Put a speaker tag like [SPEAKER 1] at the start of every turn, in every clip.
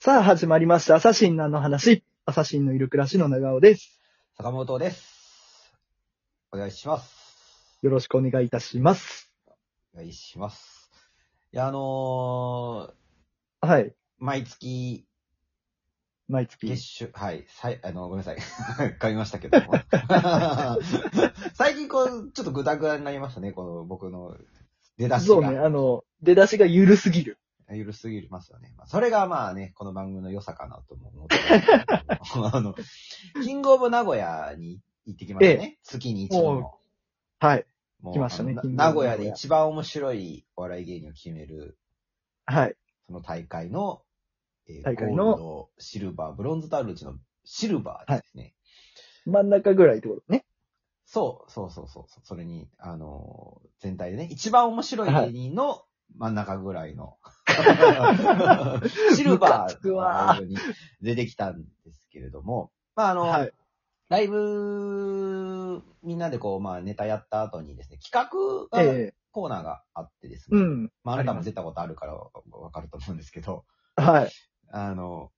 [SPEAKER 1] さあ、始まりました。アサシンナの話。アサシンのいる暮らしの長尾です。
[SPEAKER 2] 坂本です。お願いします。
[SPEAKER 1] よろしくお願いいたします。
[SPEAKER 2] お願いします。いや、あのー、
[SPEAKER 1] はい。
[SPEAKER 2] 毎月、
[SPEAKER 1] 毎月。
[SPEAKER 2] 月収、はい、さい、あの、ごめんなさい。 噛みましたけども。 最近こう、ちょっとグダグダになりましたね、この僕の出だし
[SPEAKER 1] そうね、
[SPEAKER 2] が。
[SPEAKER 1] あの、出だしが緩すぎる。
[SPEAKER 2] ゆるすぎますよね。まあ、それがまあね、この番組の良さかなとも思ってますけど もあの、キングオブ名古屋に行ってきましたね。月に一度の。
[SPEAKER 1] はい。
[SPEAKER 2] もう
[SPEAKER 1] 来ましたね
[SPEAKER 2] あの
[SPEAKER 1] キングオブ
[SPEAKER 2] な名古屋
[SPEAKER 1] 名古
[SPEAKER 2] で
[SPEAKER 1] 屋
[SPEAKER 2] 一番面白いお笑い芸人を決める、
[SPEAKER 1] はい。
[SPEAKER 2] その大会の、えー
[SPEAKER 1] 大会
[SPEAKER 2] ゴ
[SPEAKER 1] の
[SPEAKER 2] ールド、シルバー、ブロンズとあるうちのシルバーですね。
[SPEAKER 1] 真ん中ぐらいってことね。
[SPEAKER 2] そう、そうそうそうそう。それに、あのー全体でね、一番面白い芸人の真ん中ぐらい の、シルバ
[SPEAKER 1] ムカつ
[SPEAKER 2] ー
[SPEAKER 1] く
[SPEAKER 2] の
[SPEAKER 1] わ
[SPEAKER 2] に出てきたんですけれども、まああの、
[SPEAKER 1] はい。
[SPEAKER 2] ライブ、みんなでこう、まあネタやった後にですね、企画が、
[SPEAKER 1] ええ
[SPEAKER 2] コーナーがあってですね、
[SPEAKER 1] うん。
[SPEAKER 2] まあ、あなた
[SPEAKER 1] あり
[SPEAKER 2] も
[SPEAKER 1] ます
[SPEAKER 2] 出たことあるからわかると思うんですけど、
[SPEAKER 1] はい。
[SPEAKER 2] あの、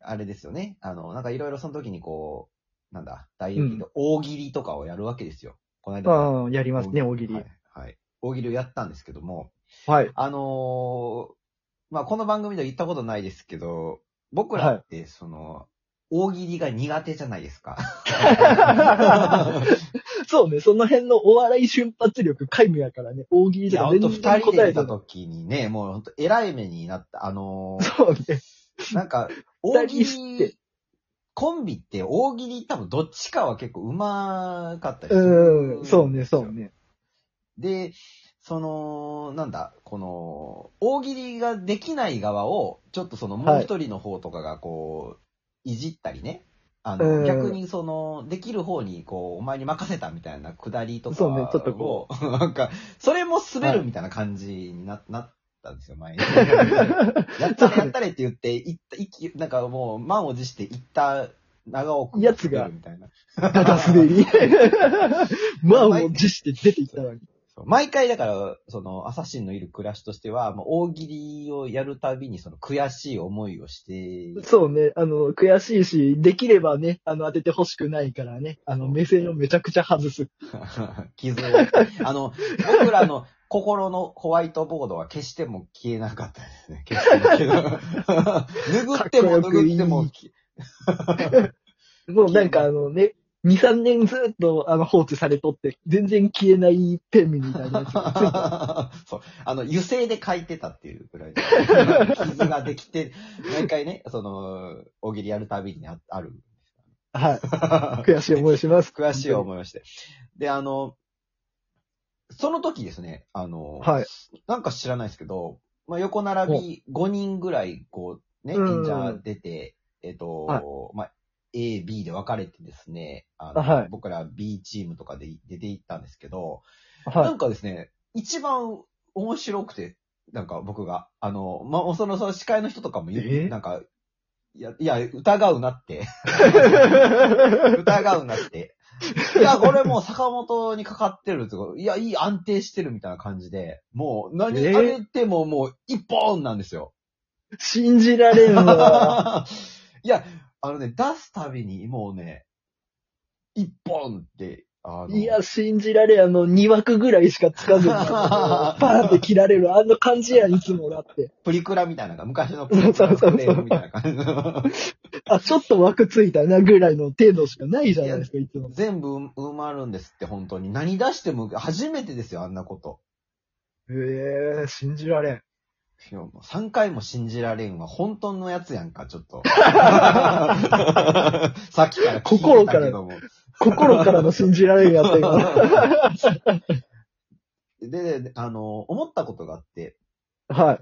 [SPEAKER 2] あれですよね。あの、なんかいろいろその時にこう、なんだ、大喜利の大喜利とかをやるわけですよ。この間も。
[SPEAKER 1] うん、やりますね、大喜利。
[SPEAKER 2] は
[SPEAKER 1] はい
[SPEAKER 2] い。はい大喜利をやったんですけども、。
[SPEAKER 1] はい
[SPEAKER 2] あのーまあ、この番組では言ったことないですけど、僕らって、その、大喜利が苦手じゃないで すか。
[SPEAKER 1] そうね、その辺のお笑い瞬発力、皆無やからね、大喜利
[SPEAKER 2] い
[SPEAKER 1] と
[SPEAKER 2] や、
[SPEAKER 1] か
[SPEAKER 2] ほん
[SPEAKER 1] 全
[SPEAKER 2] と
[SPEAKER 1] 然答
[SPEAKER 2] 二
[SPEAKER 1] え
[SPEAKER 2] 人で出た
[SPEAKER 1] と。
[SPEAKER 2] 時にね、もうほんと偉い目になった、あのー
[SPEAKER 1] そうね。
[SPEAKER 2] なんか、
[SPEAKER 1] 二
[SPEAKER 2] 大
[SPEAKER 1] 人
[SPEAKER 2] 喜
[SPEAKER 1] して
[SPEAKER 2] 利、コンビって大喜利多分どっちかは結構うまか ったりする
[SPEAKER 1] うん、そうね、そう。 ね。
[SPEAKER 2] で、その、なんだ、この、大喜利ができない側を、ちょっとそのもう一人の方とかがこう、いじったりね。あの、
[SPEAKER 1] うん
[SPEAKER 2] 逆にその、できる方にこう、お前に任せたみたいなくだりとか
[SPEAKER 1] そ
[SPEAKER 2] を。
[SPEAKER 1] うねちょっとこ
[SPEAKER 2] う。 なんか、それも滑るみたいな感じにな,、なったんですよ、 前に。やったれやったれって言って、いった、いき、なんかもう、満を持して行った長尾くん
[SPEAKER 1] やつが
[SPEAKER 2] 出るみたいな。
[SPEAKER 1] ただ滑 り。まあ、もう、辞して出ていったのに。
[SPEAKER 2] そう毎回だから、その、アサシンのいる暮らしとしては、もう大喜利をやるたびに、その、悔しい思いをして、
[SPEAKER 1] そうね、あの、悔しいし、できればね、あの、当ててほしくないからね、あの、目線をめちゃくちゃ外す。
[SPEAKER 2] 傷を。あの、僕らの心のホワイトボードは決しても消えなかったですね。決してだけ ど。拭っても拭っても、
[SPEAKER 1] もうなんかあのね、2、3年ずっとあの放置されとって、全然消えないペンみたいな やつがついてる
[SPEAKER 2] そう。あの、油性で書いてたっていうぐらいの。傷ができて、毎回ね、その、大喜利やるたびにあある。
[SPEAKER 1] はい。悔しい思いします。
[SPEAKER 2] 悔しい
[SPEAKER 1] い。
[SPEAKER 2] 思いをして。で、あの、その時ですね、あの、
[SPEAKER 1] はい。
[SPEAKER 2] なんか知らないですけど、まあ、横並び5人ぐらい、こう、ね、
[SPEAKER 1] うん
[SPEAKER 2] 演者出て、えっと、
[SPEAKER 1] はい
[SPEAKER 2] まあ、A、B で分かれてですね、あの
[SPEAKER 1] あはい
[SPEAKER 2] 僕ら B チームとかで出て行ったんですけど、な
[SPEAKER 1] は
[SPEAKER 2] んかですね、一番面白くて、なんか僕が、あの、まあ、その、その司会の人とかも言う、
[SPEAKER 1] え
[SPEAKER 2] なんか、いや、いや、疑う なって。 疑うなって。いや、これもう坂本にかかってるってこと、いや、いい安定してるみたいな感じで、もう何
[SPEAKER 1] え
[SPEAKER 2] あげてももう一本なんですよ。
[SPEAKER 1] い。信じられん わ。
[SPEAKER 2] いや、あのね、出すたびにもうね、一本って、あの、
[SPEAKER 1] いや、信じられん。あの、2枠ぐらいしかつか ずに、バーンって切られる。あの感じやん、いつもだって。
[SPEAKER 2] プリクラみたいなのが、昔のプリクラのフレームみたいな感じの。
[SPEAKER 1] あ、ちょっと枠ついたな、ぐらいの程度しかないじゃないですか、いつも。
[SPEAKER 2] 全部埋まるんですって、本当に。何出しても、初めてですよ、あんなこと。
[SPEAKER 1] ええ信じられん。
[SPEAKER 2] いやもう3回も信じられんわ。本当のやつやんか、ちょっと。さっきから聞いてたけども。
[SPEAKER 1] 心からの信じられんやった 今。
[SPEAKER 2] で、であの、思ったことがあって、
[SPEAKER 1] は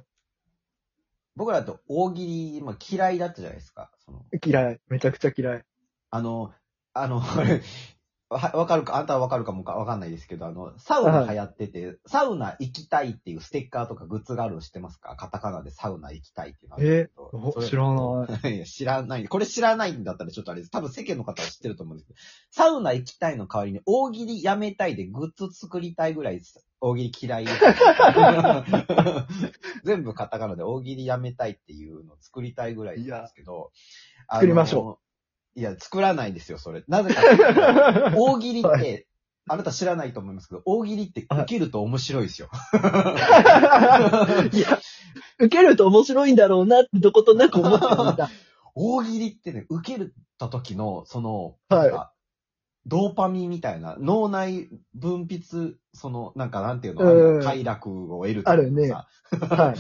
[SPEAKER 2] 僕らって大喜利、まあ、嫌いだったじゃないですか。その
[SPEAKER 1] い。嫌い。めちゃくちゃ嫌い。
[SPEAKER 2] あの、あの、あれは、 わかるか、あんたはわかるかもかわかんないですけど、あの、サウナ流行ってて、サウナ行きたいっていうステッカーとかグッズがあるの知ってますかカタカナでサウナ行きたいっていうのあるんですけど
[SPEAKER 1] お
[SPEAKER 2] それ
[SPEAKER 1] 知らない。
[SPEAKER 2] いや、知らない。これ知らないんだったらちょっとあれです。多分世間の方は知ってると思うんですけど、サウナ行きたいの代わりに大喜利やめたいでグッズ作りたいぐらいです大喜利嫌いです。 全部カタカナで大喜利やめたいっていうのを作りたいぐらいなんですけど。あの
[SPEAKER 1] 作りましょ
[SPEAKER 2] いや、作らないですよ、それ。なぜかっていうと。大喜利って、
[SPEAKER 1] は
[SPEAKER 2] あなた知らないと思いますけど、大喜利って受けると面白いですよ。
[SPEAKER 1] いや、受けると面白いんだろうなってどことなく思ってたんだ。
[SPEAKER 2] 大喜利ってね、受けた時の、その、
[SPEAKER 1] はい
[SPEAKER 2] なんかドーパミンみたいな、脳内分泌、その、なんかなんていうの、
[SPEAKER 1] うん
[SPEAKER 2] 快楽を得る
[SPEAKER 1] あるね
[SPEAKER 2] さ
[SPEAKER 1] は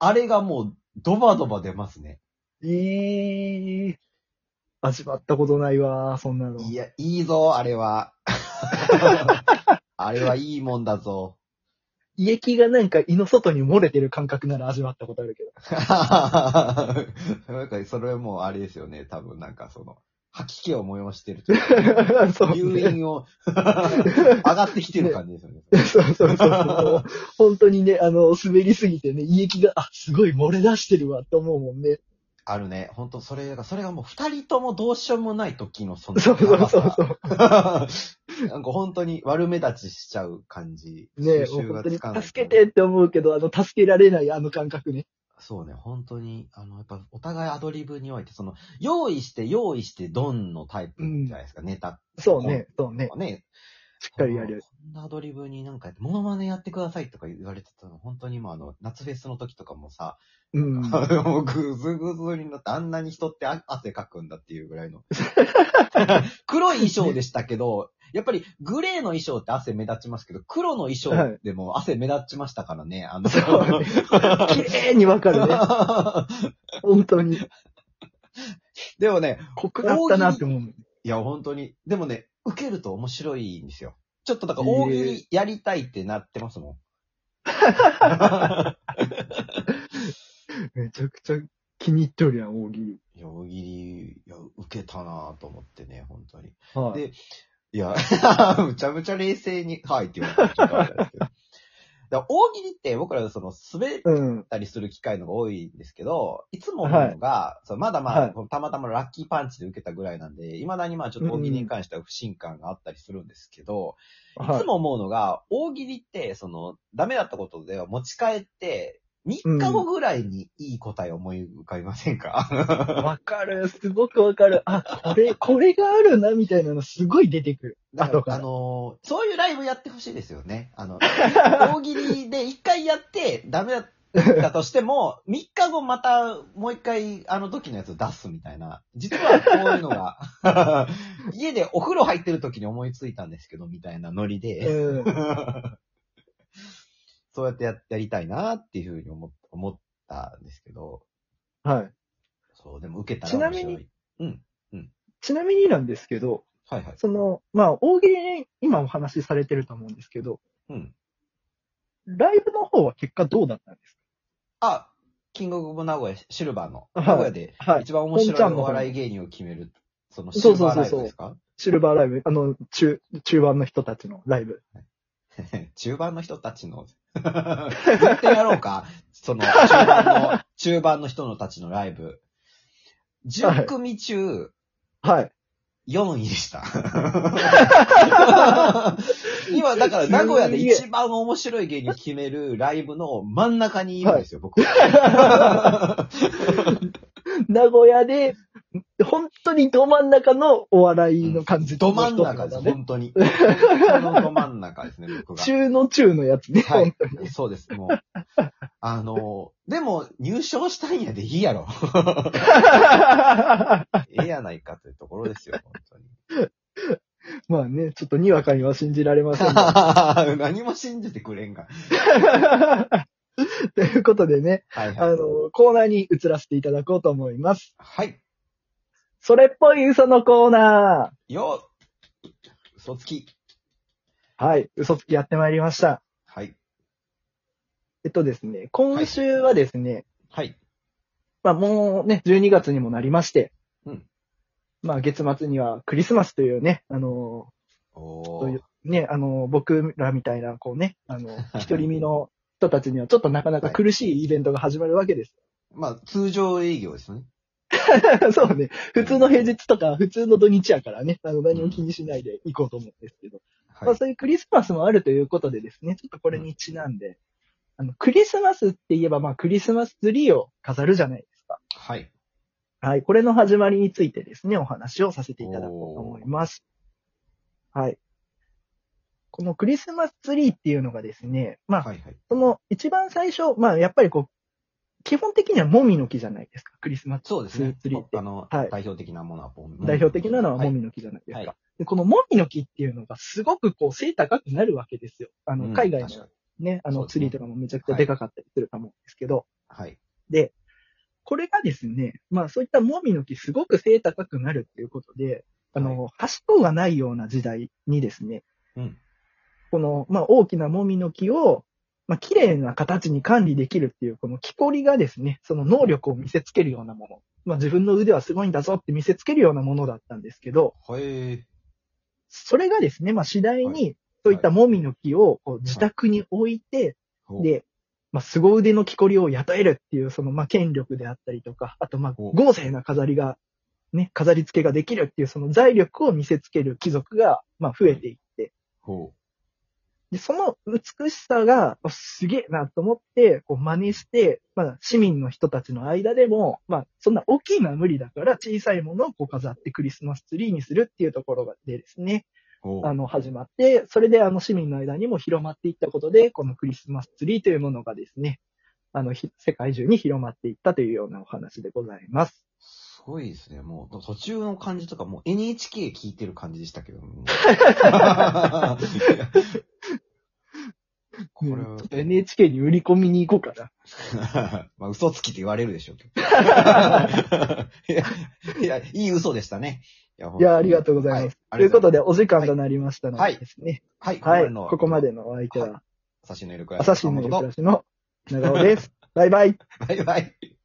[SPEAKER 2] あれがもう、ドバドバ出ますね。
[SPEAKER 1] い。いい。味わったことないわ、そんなの。
[SPEAKER 2] いや、いいぞ、あ れは。あれはいいもんだぞ。
[SPEAKER 1] 胃液がなんか胃の外に漏れてる感覚なら味わったことあるけど。
[SPEAKER 2] なんか、それはもうあれですよね。多分なんかその、吐き気を催してるという か。
[SPEAKER 1] そうね、
[SPEAKER 2] 誘引を、上がってきてる感じですよね。
[SPEAKER 1] そうそうそうそう。本当にね、あの、滑りすぎてね、胃液が、あ、すごい漏れ出してるわって思うもんね。
[SPEAKER 2] あるね。本当それが、それがもう二人ともどうしようもない時のその
[SPEAKER 1] そうそうそうそう。
[SPEAKER 2] 長さ なんか本当に悪目立ちしちゃう感じ。
[SPEAKER 1] ね
[SPEAKER 2] 収
[SPEAKER 1] もう
[SPEAKER 2] 拾が
[SPEAKER 1] 本当に
[SPEAKER 2] つかない
[SPEAKER 1] 助けてって思うけど、あの、助けられないあの感覚ね。
[SPEAKER 2] そうね、本当に、あの、やっぱお互いアドリブにおいて、その、用意して用意してドンのタイプじゃないですか、ネタ
[SPEAKER 1] そうね、そうね
[SPEAKER 2] と。かね。
[SPEAKER 1] しっかりやる。
[SPEAKER 2] こんなアドリブになんか、モノマネやってくださいとか言われてたの、本当に今あの、夏フェスの時とかもさ、
[SPEAKER 1] うん。
[SPEAKER 2] もうぐずぐずになって、あんなに人ってあ汗かくんだっていうぐらい の。黒い衣装でしたけど、やっぱりグレーの衣装って汗目立ちますけど、黒の衣装でも汗目立ちましたからね、あの、
[SPEAKER 1] そう 綺麗にわかる ね。本当に。
[SPEAKER 2] でもね、
[SPEAKER 1] 濃くなったなって思う。
[SPEAKER 2] いや本当に、でもね、受けると面白いんですよ。ちょっとだから大喜利やりたいってなってますも ん。
[SPEAKER 1] めちゃくちゃ気に入っておるやん、大喜利。
[SPEAKER 2] いや大喜利、いや、受けたなぁと思ってね、本当に。
[SPEAKER 1] はい。
[SPEAKER 2] でいや、 むちゃむちゃ冷静に、はいって言われたらちょっとあれなんですけど。だから大喜利って僕らその滑っ
[SPEAKER 1] うん。
[SPEAKER 2] たりする機会のが多いんですけど、いつも思うのが、そのまだまだ、
[SPEAKER 1] はい
[SPEAKER 2] このたまたまラッキーパンチで受けたぐらいなんで、未だにまあちょっと大喜利に関しては不信感があったりするんですけど、い
[SPEAKER 1] は
[SPEAKER 2] つも思うのが、大喜利ってそのダメだったことでは持ち帰って、3日後ぐらいにいい答え思い浮かびませんか、
[SPEAKER 1] い。わかる。すごくわかる。あ、これ、これがあるな、みたいなのすごい出てくる。
[SPEAKER 2] だから
[SPEAKER 1] 後から
[SPEAKER 2] あのーそういうライブやってほしいですよね。あの、大喜利で一回やって、ダメだったとしても、3日後またもう一回あの時のやつ出すみたいな。実はこういうのが、 家でお風呂入ってる時に思いついたんですけど、みたいなノリで、
[SPEAKER 1] うん。
[SPEAKER 2] そうやってややりたいなっていうふうに思っ思ったんですけど、
[SPEAKER 1] はい。
[SPEAKER 2] そう、でも受けたら面白い。
[SPEAKER 1] ちなみ
[SPEAKER 2] うん。
[SPEAKER 1] ちなみになんですけど、
[SPEAKER 2] はいはい。
[SPEAKER 1] その、まあ、大喜利ね、今お話しされてると思うんですけど、
[SPEAKER 2] うん。
[SPEAKER 1] ライブの方は結果どうだったんです
[SPEAKER 2] あ、キングオブ名古屋、シルバーの、
[SPEAKER 1] は
[SPEAKER 2] 名
[SPEAKER 1] い
[SPEAKER 2] 古屋で、
[SPEAKER 1] かは。
[SPEAKER 2] 一番面白いお笑い芸人を決める、そのシルバーライブですか
[SPEAKER 1] シルバーライブ、あの、中、中盤の人たちのライブ。
[SPEAKER 2] 中盤の人たちの、 やってやろうか。その、中盤の、中盤の人のたちのライブ。10組中、
[SPEAKER 1] はい。
[SPEAKER 2] 4位でした。 今、だから名古屋で一番面白い芸人を決めるライブの真ん中にいるんですよ、僕は。
[SPEAKER 1] 名古屋で、本当にど真ん中のお笑いの感じ、
[SPEAKER 2] ど真ん中です、
[SPEAKER 1] だね。
[SPEAKER 2] 本当に。本当のど真ん中ですね、僕が。
[SPEAKER 1] 中の中のやつね。
[SPEAKER 2] は
[SPEAKER 1] 本
[SPEAKER 2] い。そうです、もう。あの、でも、入賞したんやでいい やろ。
[SPEAKER 1] 当
[SPEAKER 2] ええやないかというところですよ、本当に。
[SPEAKER 1] まあね、ちょっとにわかには信じられません が。
[SPEAKER 2] 何も信じてくれんが。
[SPEAKER 1] ということでね、
[SPEAKER 2] はい
[SPEAKER 1] あ
[SPEAKER 2] はい。
[SPEAKER 1] の、コーナーに移らせていただこうと思います。
[SPEAKER 2] はい。
[SPEAKER 1] それっぽい嘘のコーナ
[SPEAKER 2] よ嘘つき。
[SPEAKER 1] ーはい、嘘つきやってまいりました。
[SPEAKER 2] はい。
[SPEAKER 1] えっとですね、今週はですね、
[SPEAKER 2] はい。
[SPEAKER 1] まあもうね、12月にもなりまして、
[SPEAKER 2] うん
[SPEAKER 1] まあ月末にはクリスマスというね、あの
[SPEAKER 2] お
[SPEAKER 1] そうい
[SPEAKER 2] ー
[SPEAKER 1] う。ね、あの、僕らみたいな、こうね、あの、一人身の人たちにはちょっとなかなか苦しいイベントが始まるわけです。
[SPEAKER 2] まあ、通常営業ですね。
[SPEAKER 1] そうね。普通の平日とか、普通の土日やからね、あの、何も気にしないで行こうと思うんですけど。ま
[SPEAKER 2] は
[SPEAKER 1] あ、
[SPEAKER 2] い。
[SPEAKER 1] そういうクリスマスもあるということでですね、ちょっとこれにちなんで、あの、クリスマスって言えば、まあ、クリスマスツリーを飾るじゃないですか。
[SPEAKER 2] はい。
[SPEAKER 1] はい。これの始まりについてですね、お話をさせていただこうと思います。はい。このクリスマスツリーっていうのがですね、まあ、
[SPEAKER 2] はいはい。
[SPEAKER 1] その一番最初、まあやっぱりこう、基本的にはモミの木じゃないですか、クリスマス。
[SPEAKER 2] そうですね
[SPEAKER 1] ツリーって。
[SPEAKER 2] あの、
[SPEAKER 1] はい
[SPEAKER 2] 代表的なものはポン
[SPEAKER 1] 代表的なのはモ
[SPEAKER 2] はい
[SPEAKER 1] ミの木じゃないですか。
[SPEAKER 2] はい
[SPEAKER 1] でこのモミの木っていうのがすごくこう背高くなるわけですよ。あ
[SPEAKER 2] う
[SPEAKER 1] の、
[SPEAKER 2] ん
[SPEAKER 1] 海外の
[SPEAKER 2] 確かに
[SPEAKER 1] ね、あ
[SPEAKER 2] そ
[SPEAKER 1] の
[SPEAKER 2] うです
[SPEAKER 1] ツ
[SPEAKER 2] ね
[SPEAKER 1] リーとかもめちゃくちゃでかかったりすると思うんですけど、
[SPEAKER 2] はい。
[SPEAKER 1] これがですね、まあそういったモミの木すごく背高くなるっていうことで、あの、端っこがないような時代にですね、
[SPEAKER 2] うん。
[SPEAKER 1] この、まあ、大きなもみの木を、まあ、綺麗な形に管理できるっていう、この木こりがですね、その能力を見せつけるようなもの。まあ、自分の腕はすごいんだぞって見せつけるようなものだったんですけど、
[SPEAKER 2] へえ。
[SPEAKER 1] それがですね、まあ、次第
[SPEAKER 2] は
[SPEAKER 1] に、そういったもみの木をこう自宅に置いて、で、まあ、凄腕の木こりを雇えるっていう、その、まあ、権力であったりとか、あと、まあ、
[SPEAKER 2] お
[SPEAKER 1] 豪勢な飾りが、ね、飾り付けができるっていう、その財力を見せつける貴族が、まあ、増えていって、
[SPEAKER 2] ほ
[SPEAKER 1] で、その美しさが、あすげえなと思って、こう真似して、まあ、市民の人たちの間でも、まあ、そんな大きいのは無理だから、小さいものをこう飾ってクリスマスツリーにするっていうところがでですね、
[SPEAKER 2] う。ほう。
[SPEAKER 1] あの、始まって、それであの市民の間にも広まっていったことで、このクリスマスツリーというものがですね、あの、ひ世界中に広まっていったというようなお話でございます。
[SPEAKER 2] すごいですね。もう、途中の感じとか、もう NHK 聞いてる感じでしたけど。 もうこれ
[SPEAKER 1] うん
[SPEAKER 2] は
[SPEAKER 1] ちょっと NHK に売り込みに行こうかな。
[SPEAKER 2] まあ、嘘つきって言われるでし ょうけど。いや、いや、いい嘘でしたね。いや
[SPEAKER 1] いや、ありがとうございます。ということ
[SPEAKER 2] で。
[SPEAKER 1] で、お時間となりましたの
[SPEAKER 2] はい
[SPEAKER 1] でですね。
[SPEAKER 2] はい、
[SPEAKER 1] はい、
[SPEAKER 2] の
[SPEAKER 1] ここま。でのお相手は、
[SPEAKER 2] 朝日の色くらい。
[SPEAKER 1] 朝日の暮らしの長尾です。バイバイ。
[SPEAKER 2] バイバイ。